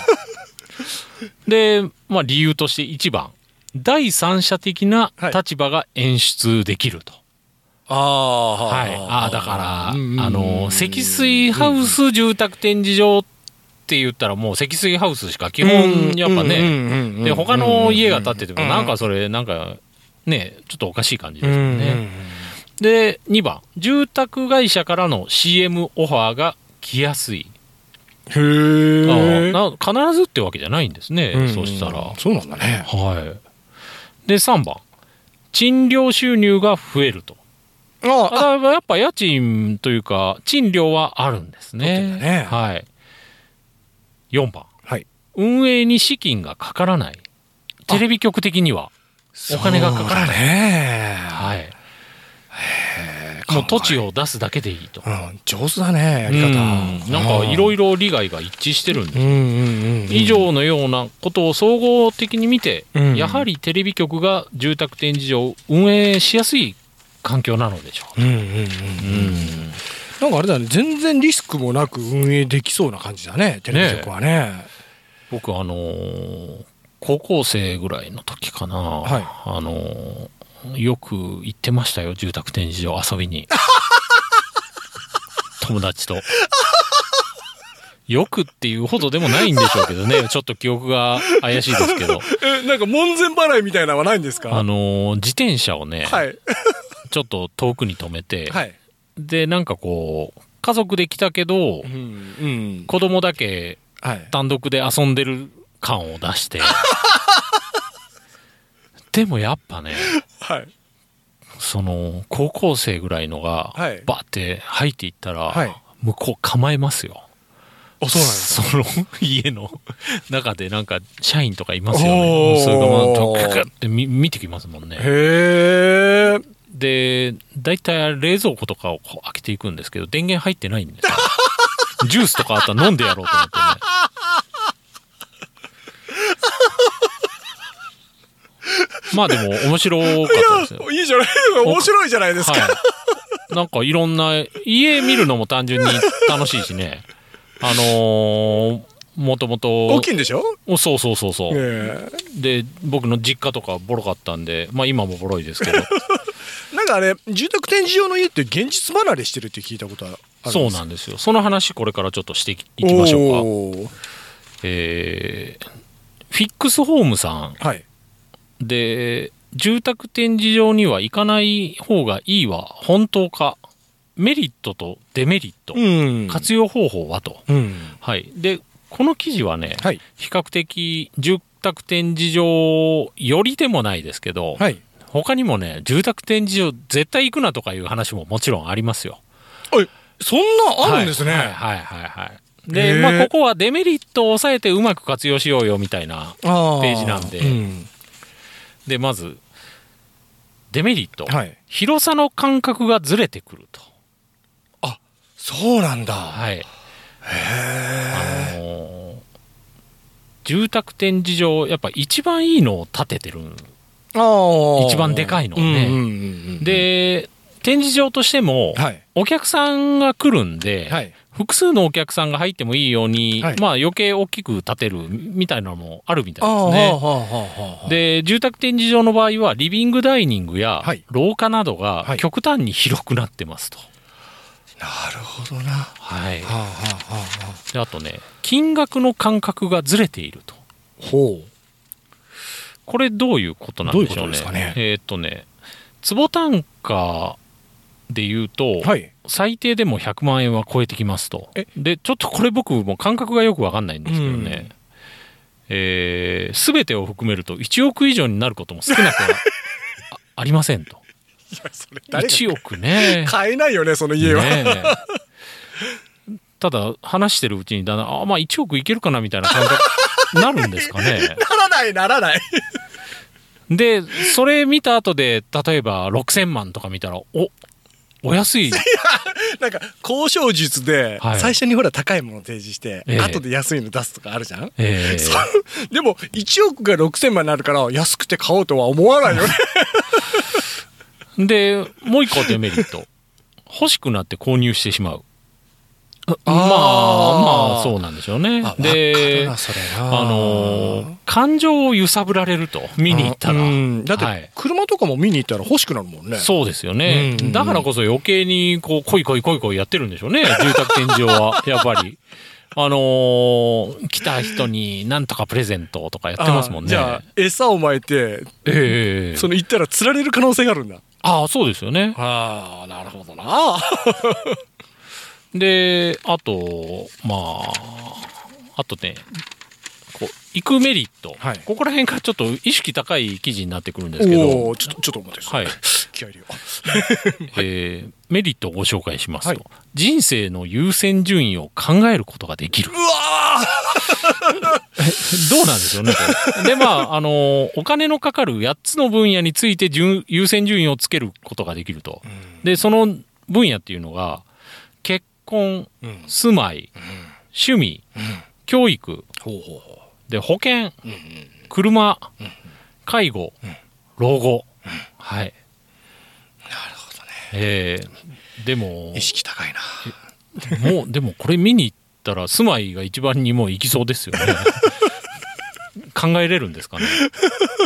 Speaker 3: で、まあ、理由として1番第三者的な立場が演出できると、
Speaker 2: ああ、
Speaker 3: はい、ああだから、
Speaker 2: うんうんうん
Speaker 3: あの積水ハウス住宅展示場って言ったらもう積水ハウスしか基本やっぱね、
Speaker 2: ね
Speaker 3: で他の家が建っててもなんか
Speaker 2: そ
Speaker 3: それなんかねちょっとおかしい感じ
Speaker 2: う
Speaker 3: ですよね、
Speaker 2: ね。
Speaker 3: で2番住宅会社からの CM オファーが来やすい、
Speaker 2: へえ。
Speaker 3: ああな必ずってわけじゃないんですね、
Speaker 2: うん
Speaker 3: そうしたら
Speaker 2: そうなんだね。
Speaker 3: はい。で、3番。賃料収入が増えると。あだ
Speaker 2: あ
Speaker 3: からやっぱ家賃というか、賃料はあるんです
Speaker 2: 取って
Speaker 3: ね。
Speaker 2: んだね
Speaker 3: はい。4番。
Speaker 2: はい
Speaker 3: 運営に資金がかからない。テレビ局的には。お金がかからない
Speaker 2: そうだね。
Speaker 3: はい。もう土地を出すだけでいいと。
Speaker 2: うん、上手だね、やり方。
Speaker 3: うんなんかいろ
Speaker 2: い
Speaker 3: いろ利害が一致してるんです
Speaker 2: ろ。うんうんうん。
Speaker 3: 以。上のようなことを総合的に見て、
Speaker 2: うん
Speaker 3: やはりテレビ局が住宅展示場を運営しやすい環境なのでしょ
Speaker 2: うんうんうん。
Speaker 3: う。うん
Speaker 2: なんかあれだね、全然リスクもなく運営できそうな感じだね、テレビ局はね。
Speaker 3: 僕あのー高校生ぐらいの時かな、
Speaker 2: はい
Speaker 3: あのーよく行ってましたよ住宅展示場遊び に友達と。よくっていうほどでもないんでしょうけどね。ちょっと記憶が怪しいですけど。
Speaker 2: え、なんか門前払いみたいなのはないんです
Speaker 3: あのー自転車をね、
Speaker 2: はい。
Speaker 3: ちょっと遠くに止めて、
Speaker 2: はい。
Speaker 3: で、なんかこう、家族で来たけど
Speaker 2: う、んうん。
Speaker 3: 子供だけ
Speaker 2: はい。
Speaker 3: 単独で遊んでる感を 出して。でもやっぱね、
Speaker 2: はい。
Speaker 3: その、高校生ぐらいのが
Speaker 2: はい、
Speaker 3: バーって入っていったら、
Speaker 2: はい
Speaker 3: 向こう構えますよ。
Speaker 2: あ、そうなんですか
Speaker 3: その家の中でなんか、社員とかいますよ
Speaker 2: お
Speaker 3: ね。
Speaker 2: ー
Speaker 3: それがまあ、ククって見見てきますもんね。
Speaker 2: へえ。
Speaker 3: で、大体冷蔵庫とかをこう開けていくんですけど、電源入ってないんですよ。 ジュースとかあったら飲んでやろうと思ってね。まあでも面白かったですよ。
Speaker 2: いや、いいじゃない、面白いじゃないですか。
Speaker 3: はい。なんかいろんな、家見るのも単純に楽しいしね。あのー、もともと
Speaker 2: 大き、いんでしょ
Speaker 3: おそうそうそうそう。
Speaker 2: え
Speaker 3: で、僕の実家とかボロかったんで、まあ今もボロいですけど。
Speaker 2: えなんかあれ、住宅展示場の家って現実離れしてるって聞いたことある
Speaker 3: そうなんんですよ。その話、これからちょっとしていきましょうか。
Speaker 2: う
Speaker 3: えーフィックスホームさん
Speaker 2: か。はい。
Speaker 3: で、住宅展示場には行かない方がいいは本当かメリットとデメリット、
Speaker 2: うん
Speaker 3: 活用方法はと、
Speaker 2: うん
Speaker 3: はい、でこの記事はね、
Speaker 2: はい
Speaker 3: 比較的住宅展示場よりでもないですけど、
Speaker 2: はい
Speaker 3: 他にもね住宅展示場絶対行くなとかいう話ももちろんありますよ
Speaker 2: そんなあるんですね、
Speaker 3: はいはいはいはい
Speaker 2: へ
Speaker 3: で、
Speaker 2: え
Speaker 3: まあ、ここはデメリットを抑えてうまく活用しようよみたいな
Speaker 2: あ
Speaker 3: ページなんで
Speaker 2: うん
Speaker 3: でまずデメリット、
Speaker 2: はい
Speaker 3: 広さの感覚がずれてくると
Speaker 2: そうなんだ、
Speaker 3: はいあのー住宅展示場やっぱ一番いいのを建ててるん
Speaker 2: あー
Speaker 3: 一番でかいのはね
Speaker 2: うんうんうんうん
Speaker 3: で展示場としても、
Speaker 2: はい
Speaker 3: お客さんが来るんで、
Speaker 2: はい
Speaker 3: 複数のお客さんが入ってもいいように、
Speaker 2: はい
Speaker 3: まあ余計大きく建てるみたいなのもあるみた
Speaker 2: あ
Speaker 3: い
Speaker 2: あ、はあ
Speaker 3: ですね。
Speaker 2: はあはあはあ
Speaker 3: で住宅展示場の場合はリビングダイニングや
Speaker 2: はい
Speaker 3: 廊下など
Speaker 2: は
Speaker 3: が
Speaker 2: い
Speaker 3: 極端に広くなってますと。
Speaker 2: なるほどな、は
Speaker 3: はい
Speaker 2: あ、はあはあはあ、
Speaker 3: であとね金額の感覚がずれていると。
Speaker 2: ほう
Speaker 3: これどういうことなんでし
Speaker 2: どう
Speaker 3: ょ
Speaker 2: いう
Speaker 3: う
Speaker 2: こと
Speaker 3: ね。
Speaker 2: ですかね
Speaker 3: えーっとね坪単価で言うと、
Speaker 2: はい
Speaker 3: 最低でも100万円は超えてきますと
Speaker 2: え
Speaker 3: でちょっとこれ僕も感覚がよくわかんないんですけどね、えー、全てを含めると1億以上になることも少なくは あありませんと1億ね
Speaker 2: 買えないよねその家は、
Speaker 3: ねえただ話してるうちにだんだんあまあ1億いけるかなみたいな感覚なるんですか ね
Speaker 2: ならないならない
Speaker 3: でそれ見た後で例えば6000万とか見たらおお 安い
Speaker 2: なんか交渉術で
Speaker 3: はい
Speaker 2: 最初にほら高いものを提示して、
Speaker 3: ええ
Speaker 2: 後で安いの出すとかあるじゃん、
Speaker 3: えー
Speaker 2: そうでも1億が6000万になるから安くて買おうとは思わないよね
Speaker 3: で、もう一個デメリット。欲しくなって購入してしまう。まあ、 まあ、そうなんでしょう ね。で、
Speaker 2: それ
Speaker 3: あのー感情を揺さぶられると、見に行ったら。
Speaker 2: うんだっ
Speaker 3: は
Speaker 2: て
Speaker 3: い
Speaker 2: 車とかも見に行ったら欲しくなるもんね、
Speaker 3: そうですよね、
Speaker 2: うん
Speaker 3: だからこそ余計に、こう、こいこいこいこいやってるんでしょうね。 住宅展示場は、やっぱり。あのー来た人になんとかプレゼントとかやってますもんね。
Speaker 2: あじゃあ餌をまいて
Speaker 3: ええ
Speaker 2: その行ったら釣られる可能性があるんだ
Speaker 3: ああ、そうですよね。
Speaker 2: ああなるほどな
Speaker 3: で、あと、まあ、あとね、こう、行くメリット。
Speaker 2: はい
Speaker 3: ここら辺からちょっと意識高い記事になってくるんですけ
Speaker 2: お
Speaker 3: ど、
Speaker 2: おちょっとちょっと待ってくださ
Speaker 3: はいい、
Speaker 2: 気合い入れよ
Speaker 3: えーメリットをご紹介します
Speaker 2: は
Speaker 3: と、
Speaker 2: い
Speaker 3: 人生の優先順位を考えることができる
Speaker 2: う。うわー
Speaker 3: どうなんでしょうね、これ で、まあ、あの、お金のかかる8つの分野について順優先順位をつけることができると。で、その分野っていうのが、結婚、
Speaker 2: うん
Speaker 3: 住まい、趣味、教育、
Speaker 2: ほうほうほ
Speaker 3: で保険、車、介護、老後、はい。なるほどね。えーでも
Speaker 2: う意、識高いな
Speaker 3: もう、でもこれ見に行ったら、住まいが一番にもう行きそうですよ ね。考えれるんですかね。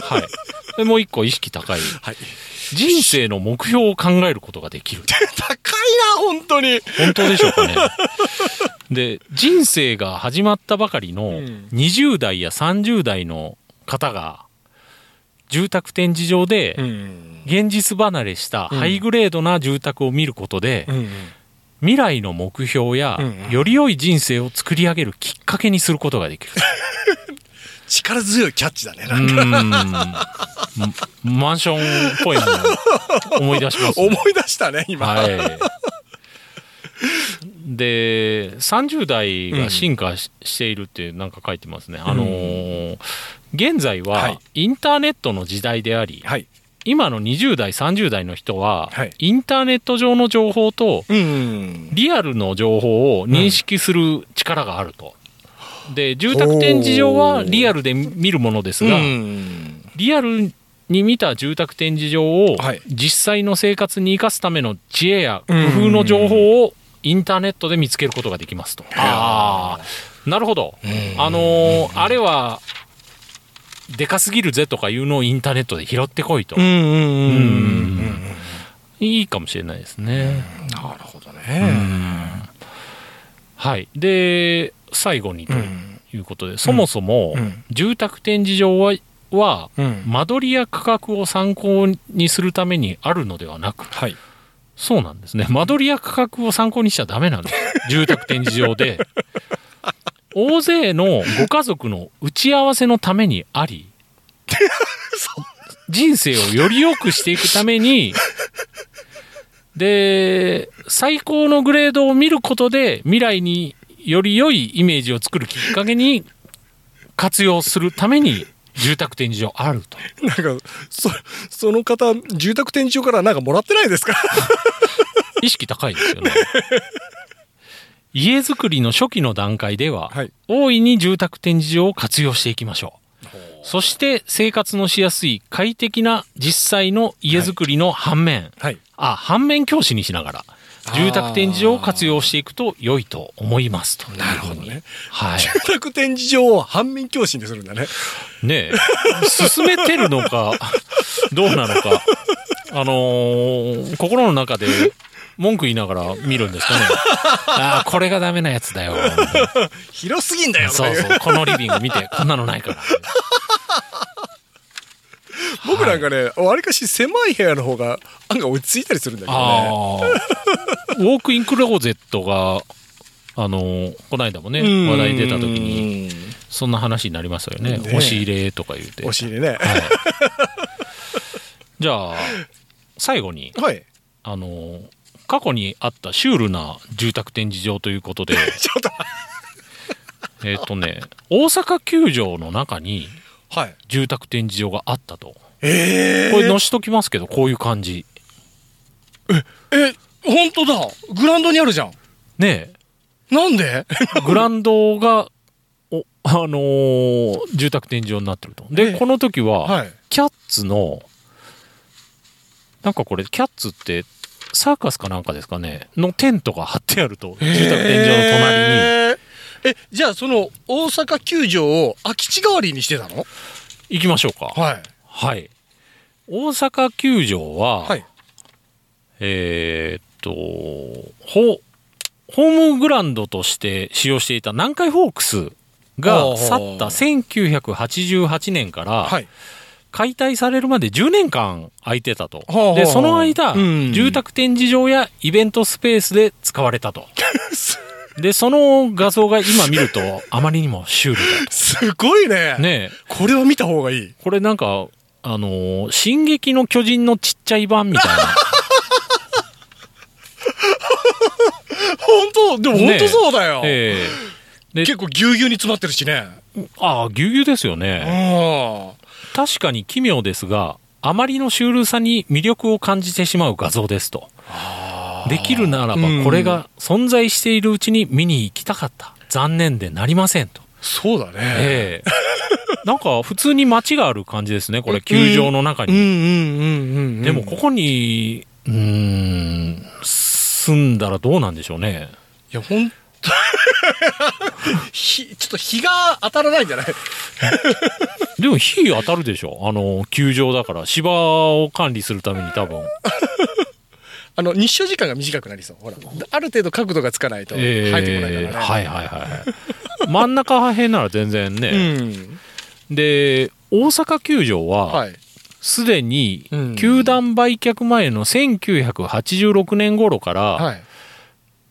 Speaker 3: はい。でもう一個意識高い。
Speaker 2: はい
Speaker 3: 人生の目標を考えることができ る。
Speaker 2: 高いな本当に
Speaker 3: 本当でしょう かね。で、人生が始まったばかりの
Speaker 2: ん
Speaker 3: 20代や30代の方が、住宅展示場で
Speaker 2: ん
Speaker 3: 現実離れしたハイグレードな住宅を見ることで、
Speaker 2: うん
Speaker 3: 未来の目標や
Speaker 2: うんうん
Speaker 3: より良い人生を作り上げるきっかけにすることができる。
Speaker 2: 力強いキャッチだね
Speaker 3: う
Speaker 2: なんか
Speaker 3: ーん。マンションっぽいのを思い出します、 ね。
Speaker 2: 思い出したね今、
Speaker 3: はい。 で、30代が進化し,、ているってなんか書いてますね。あのー現在
Speaker 2: は
Speaker 3: はいインターネットの時代であり、
Speaker 2: はい
Speaker 3: 今の20代、30代の人は、
Speaker 2: はい
Speaker 3: インターネット上の情報と
Speaker 2: うん
Speaker 3: リアルの情報を認識する力があると。で、住宅展示場はリアルで見るものですが、
Speaker 2: ん
Speaker 3: リアルに見た住宅展示場を
Speaker 2: はい
Speaker 3: 実際の生活に生かすための知恵や工夫の情報をインターネットで見つけることができますと。ああ、なるほど。あのーあれは、でかすぎるぜとかいうのをインターネットで拾ってこいと
Speaker 2: うん。うんうん
Speaker 3: う
Speaker 2: うん
Speaker 3: んいいかもしれないですね。
Speaker 2: なるほどね
Speaker 3: はい。で、最後にと
Speaker 2: ん
Speaker 3: いうことで、そもそも
Speaker 2: うん
Speaker 3: 住宅展示場はは
Speaker 2: うん
Speaker 3: 間取りや価格を参考にするためにあるのではなく
Speaker 2: はい
Speaker 3: そうなんですね間取りや価格を参考にしちゃダメなんです住宅展示場で大勢のご家族の打ち合わせのためにあり人生をより良くしていくためにで最高のグレードを見ることで未来により良いイメージを作るきっかけに活用するために住宅展示場あると
Speaker 2: なんかそその方住宅展示場からなんかもらってないですか
Speaker 3: 意識高いですよね。家づくりの初期の段階では、
Speaker 2: はい
Speaker 3: 大いに住宅展示場を活用していきましょう。そして生活のしやすい快適な実際の家づくりの反面、
Speaker 2: はい
Speaker 3: あ、反面教師にしながら、住宅展示場を活用していくと良いと思いますと。なるほど
Speaker 2: ね。
Speaker 3: はい。
Speaker 2: 住宅展示場を反面教師にするんだね
Speaker 3: ねえ、進めてる のか、どうなのか、あのー心の中で文句言いながら見るんです かね。ああ、これがダメなやつだよ。
Speaker 2: 広すぎんだよとか
Speaker 3: そ
Speaker 2: いうう
Speaker 3: そう、このリビング見て、こんなのな いから。
Speaker 2: 僕なんかねわりかし狭い部屋の方が案外落ち着いたりするんだけどね
Speaker 3: ああ、ウォークインクローゼットが、あのーこの間もね、
Speaker 2: うん
Speaker 3: 話題出た時に、そんな話になりますよね。
Speaker 2: ねえ
Speaker 3: 押し入れとか言うて。
Speaker 2: 押し入れね
Speaker 3: はい。じゃあ、最後に、
Speaker 2: はい
Speaker 3: あの過去にあったシュールな住宅展示場とい うことで
Speaker 2: ちょっと
Speaker 3: えっとね大阪球場の中に
Speaker 2: はい
Speaker 3: 住宅展示場があったと
Speaker 2: え
Speaker 3: これのしときますけどこういう感じ
Speaker 2: え本当だグラウンドにあるじゃん
Speaker 3: ね
Speaker 2: なんで
Speaker 3: えグラウンドがおあのー住宅展示場になってると
Speaker 2: え
Speaker 3: で
Speaker 2: え
Speaker 3: この時は、
Speaker 2: はい
Speaker 3: キャッツのなんかこれキャッツってサーカスかなんかですかねのテントが張ってあると住宅展示場の隣に。
Speaker 2: へーえじゃあその大阪球場を空き地代わりにしてたの
Speaker 3: 行きましょうか
Speaker 2: はい
Speaker 3: はい。大阪球場は、
Speaker 2: はい
Speaker 3: えーっと、ホ、ホームグラウンドとして使用していた南海ホークス
Speaker 2: お
Speaker 3: が
Speaker 2: ー
Speaker 3: 去った1988年から、
Speaker 2: はい
Speaker 3: 解体されるまで10年間空いてたと。
Speaker 2: ほうほう
Speaker 3: で、その間、
Speaker 2: うん
Speaker 3: 住宅展示場やイベントスペースで使われたと。で、その画像が今見ると、あまりにもシュール
Speaker 2: すごいね
Speaker 3: だ。ねえ
Speaker 2: これを見た方がいい
Speaker 3: これなんか、あのー進撃の巨人のちっちゃい版みたいな。
Speaker 2: 本当でも
Speaker 3: ね
Speaker 2: 本当そうだよ、
Speaker 3: ええで
Speaker 2: 結構ぎゅうぎゅうに詰まってるしね
Speaker 3: ああ、ぎゅうぎゅうですよ
Speaker 2: う
Speaker 3: ね。
Speaker 2: ん
Speaker 3: 確かに奇妙ですが、あまりのシュールさに魅力を感じてしまう画像ですと。できるならば
Speaker 2: うん、
Speaker 3: これが存在しているうちに見に行きたかった。残念でなりませんと。
Speaker 2: そうだね、
Speaker 3: ええなんか、普通に街がある感じですね、これ、球場の中
Speaker 2: うんう
Speaker 3: に。
Speaker 2: んうんうん
Speaker 3: でも、ここに、うーん、住んだらどうなんでしょうね。
Speaker 2: いやほん ひちょっと日が当たらないんじゃ ない
Speaker 3: でも火当たるでしょあの、球場だから、芝を管理するために多分。
Speaker 2: あの日照時間が短くなりそうほらある程度角度がつかないと
Speaker 3: え
Speaker 2: 入
Speaker 3: え
Speaker 2: ってこないからね、
Speaker 3: はいは いはい。真ん中辺なら全然ね。
Speaker 2: うん
Speaker 3: で、大阪球場
Speaker 2: は
Speaker 3: は、
Speaker 2: い
Speaker 3: すでに
Speaker 2: うん、
Speaker 3: 球団売却前の1986年頃から、
Speaker 2: はい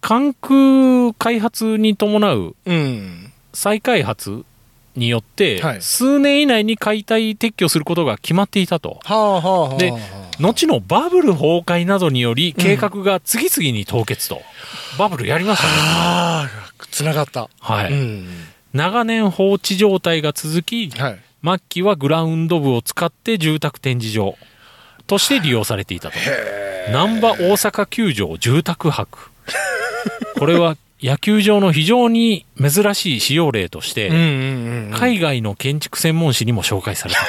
Speaker 3: 関空開発に伴う
Speaker 2: うん
Speaker 3: 再開発によって、
Speaker 2: はい
Speaker 3: 数年以内に解体撤去することが決まっていたと。
Speaker 2: はあはあはあ
Speaker 3: で後のバブル崩壊などにより計画が次々に凍結と、バブルやりましたね、
Speaker 2: ああつながった、
Speaker 3: はい
Speaker 2: うん
Speaker 3: 長年放置状態が続き
Speaker 2: はい
Speaker 3: 末期はグラウンド部を使って住宅展示場として利用されていたと難波大阪球場住宅泊これは野球場の非常に珍しい使用例として、
Speaker 2: んうんはい
Speaker 3: 海外の建築専門誌にも紹介されたと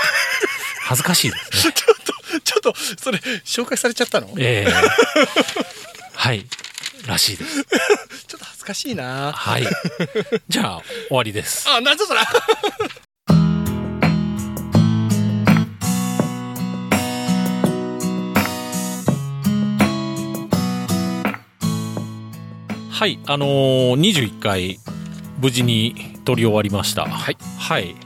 Speaker 3: 恥ずかしいです ね
Speaker 2: ちょっとちょっとそれ紹介されちゃったのちょっ
Speaker 3: ええはいらしいです
Speaker 2: と恥ずかしいな
Speaker 3: はい。じゃあ、終わりです。
Speaker 2: あなんじゃそれ。
Speaker 3: はい。あのー、21回、無事に撮り終わりました。はいはい。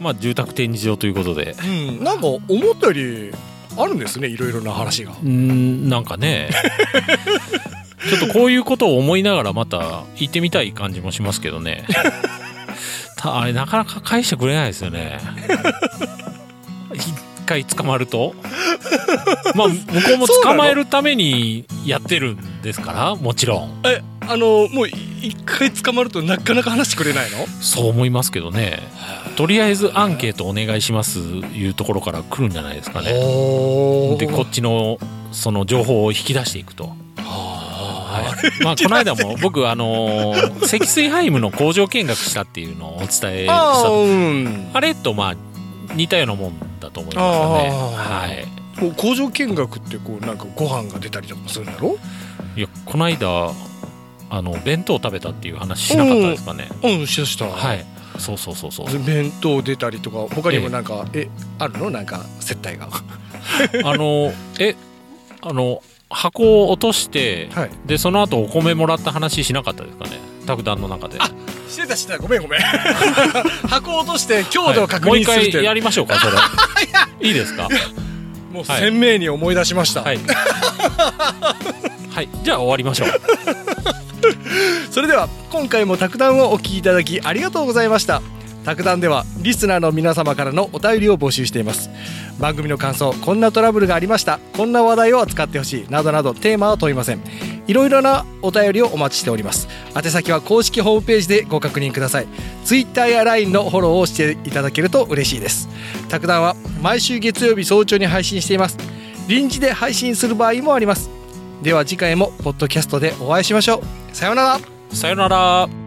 Speaker 3: まあ、住宅展示場ということで
Speaker 2: うん、なんか思ったよりあるんですねいろいろな話が
Speaker 3: うーんなんか ねちょっとこういうことを思いながらまた行ってみたい感じもしますけどねたあれなかなか返してくれないですよね一回捕まるとまあ向こうも捕まえるためにやってるんですからもちろん
Speaker 2: えあのもう一回捕まるとなかなか話してくれないの
Speaker 3: そう思いますけどねとりあえずアンケートお願いしますいうところから来るんじゃないですかね
Speaker 2: お
Speaker 3: でこっちのその情報を引き出していくと
Speaker 2: は
Speaker 3: まあ、この間も僕、あのー積水ハイムの工場見学したっていうのをお伝えし
Speaker 2: い
Speaker 3: た
Speaker 2: あ
Speaker 3: と
Speaker 2: ーうん
Speaker 3: あれとまあ似たようなもんだと思います
Speaker 2: あ
Speaker 3: よね、
Speaker 2: こう工場見学ってこうなんかご飯が出たりとかもするんだろ
Speaker 3: はい、いやこの間あの弁当食べたっていう話しなかったですかね、
Speaker 2: うんしたした
Speaker 3: はいいそうそうそうそう
Speaker 2: 弁当出たりとか他にもなんかえあるのなんか接待が
Speaker 3: あのえあの箱を落として
Speaker 2: はい
Speaker 3: でその後お米もらった話しなかったですかね卓談の中で
Speaker 2: してたしてたごめんご めん箱落として強
Speaker 3: はい
Speaker 2: 度を確
Speaker 3: もう
Speaker 2: 認
Speaker 3: 一
Speaker 2: するっ
Speaker 3: 回
Speaker 2: て、
Speaker 3: やりましょうかそれ いいですか
Speaker 2: もう
Speaker 3: はい
Speaker 2: 鮮明に思い出しました、
Speaker 3: はい。はい、じゃあ終わりましょう。
Speaker 2: それでは今回も卓談をお聞きいただきありがとうございました卓談ではリスナーの皆様からのお便りを募集しています番組の感想こんなトラブルがありましたこんな話題を扱ってほしいなどなどテーマは問いませんいろいろなお便りをお待ちしております宛先は公式ホームページでご確認ください Twitter や LINE のフォローをしていただけると嬉しいです卓談は毎週月曜日早朝に配信しています臨時で配信する場合もありますでは次回もポッドキャストでお会いしましょうさようなら
Speaker 3: さよなら。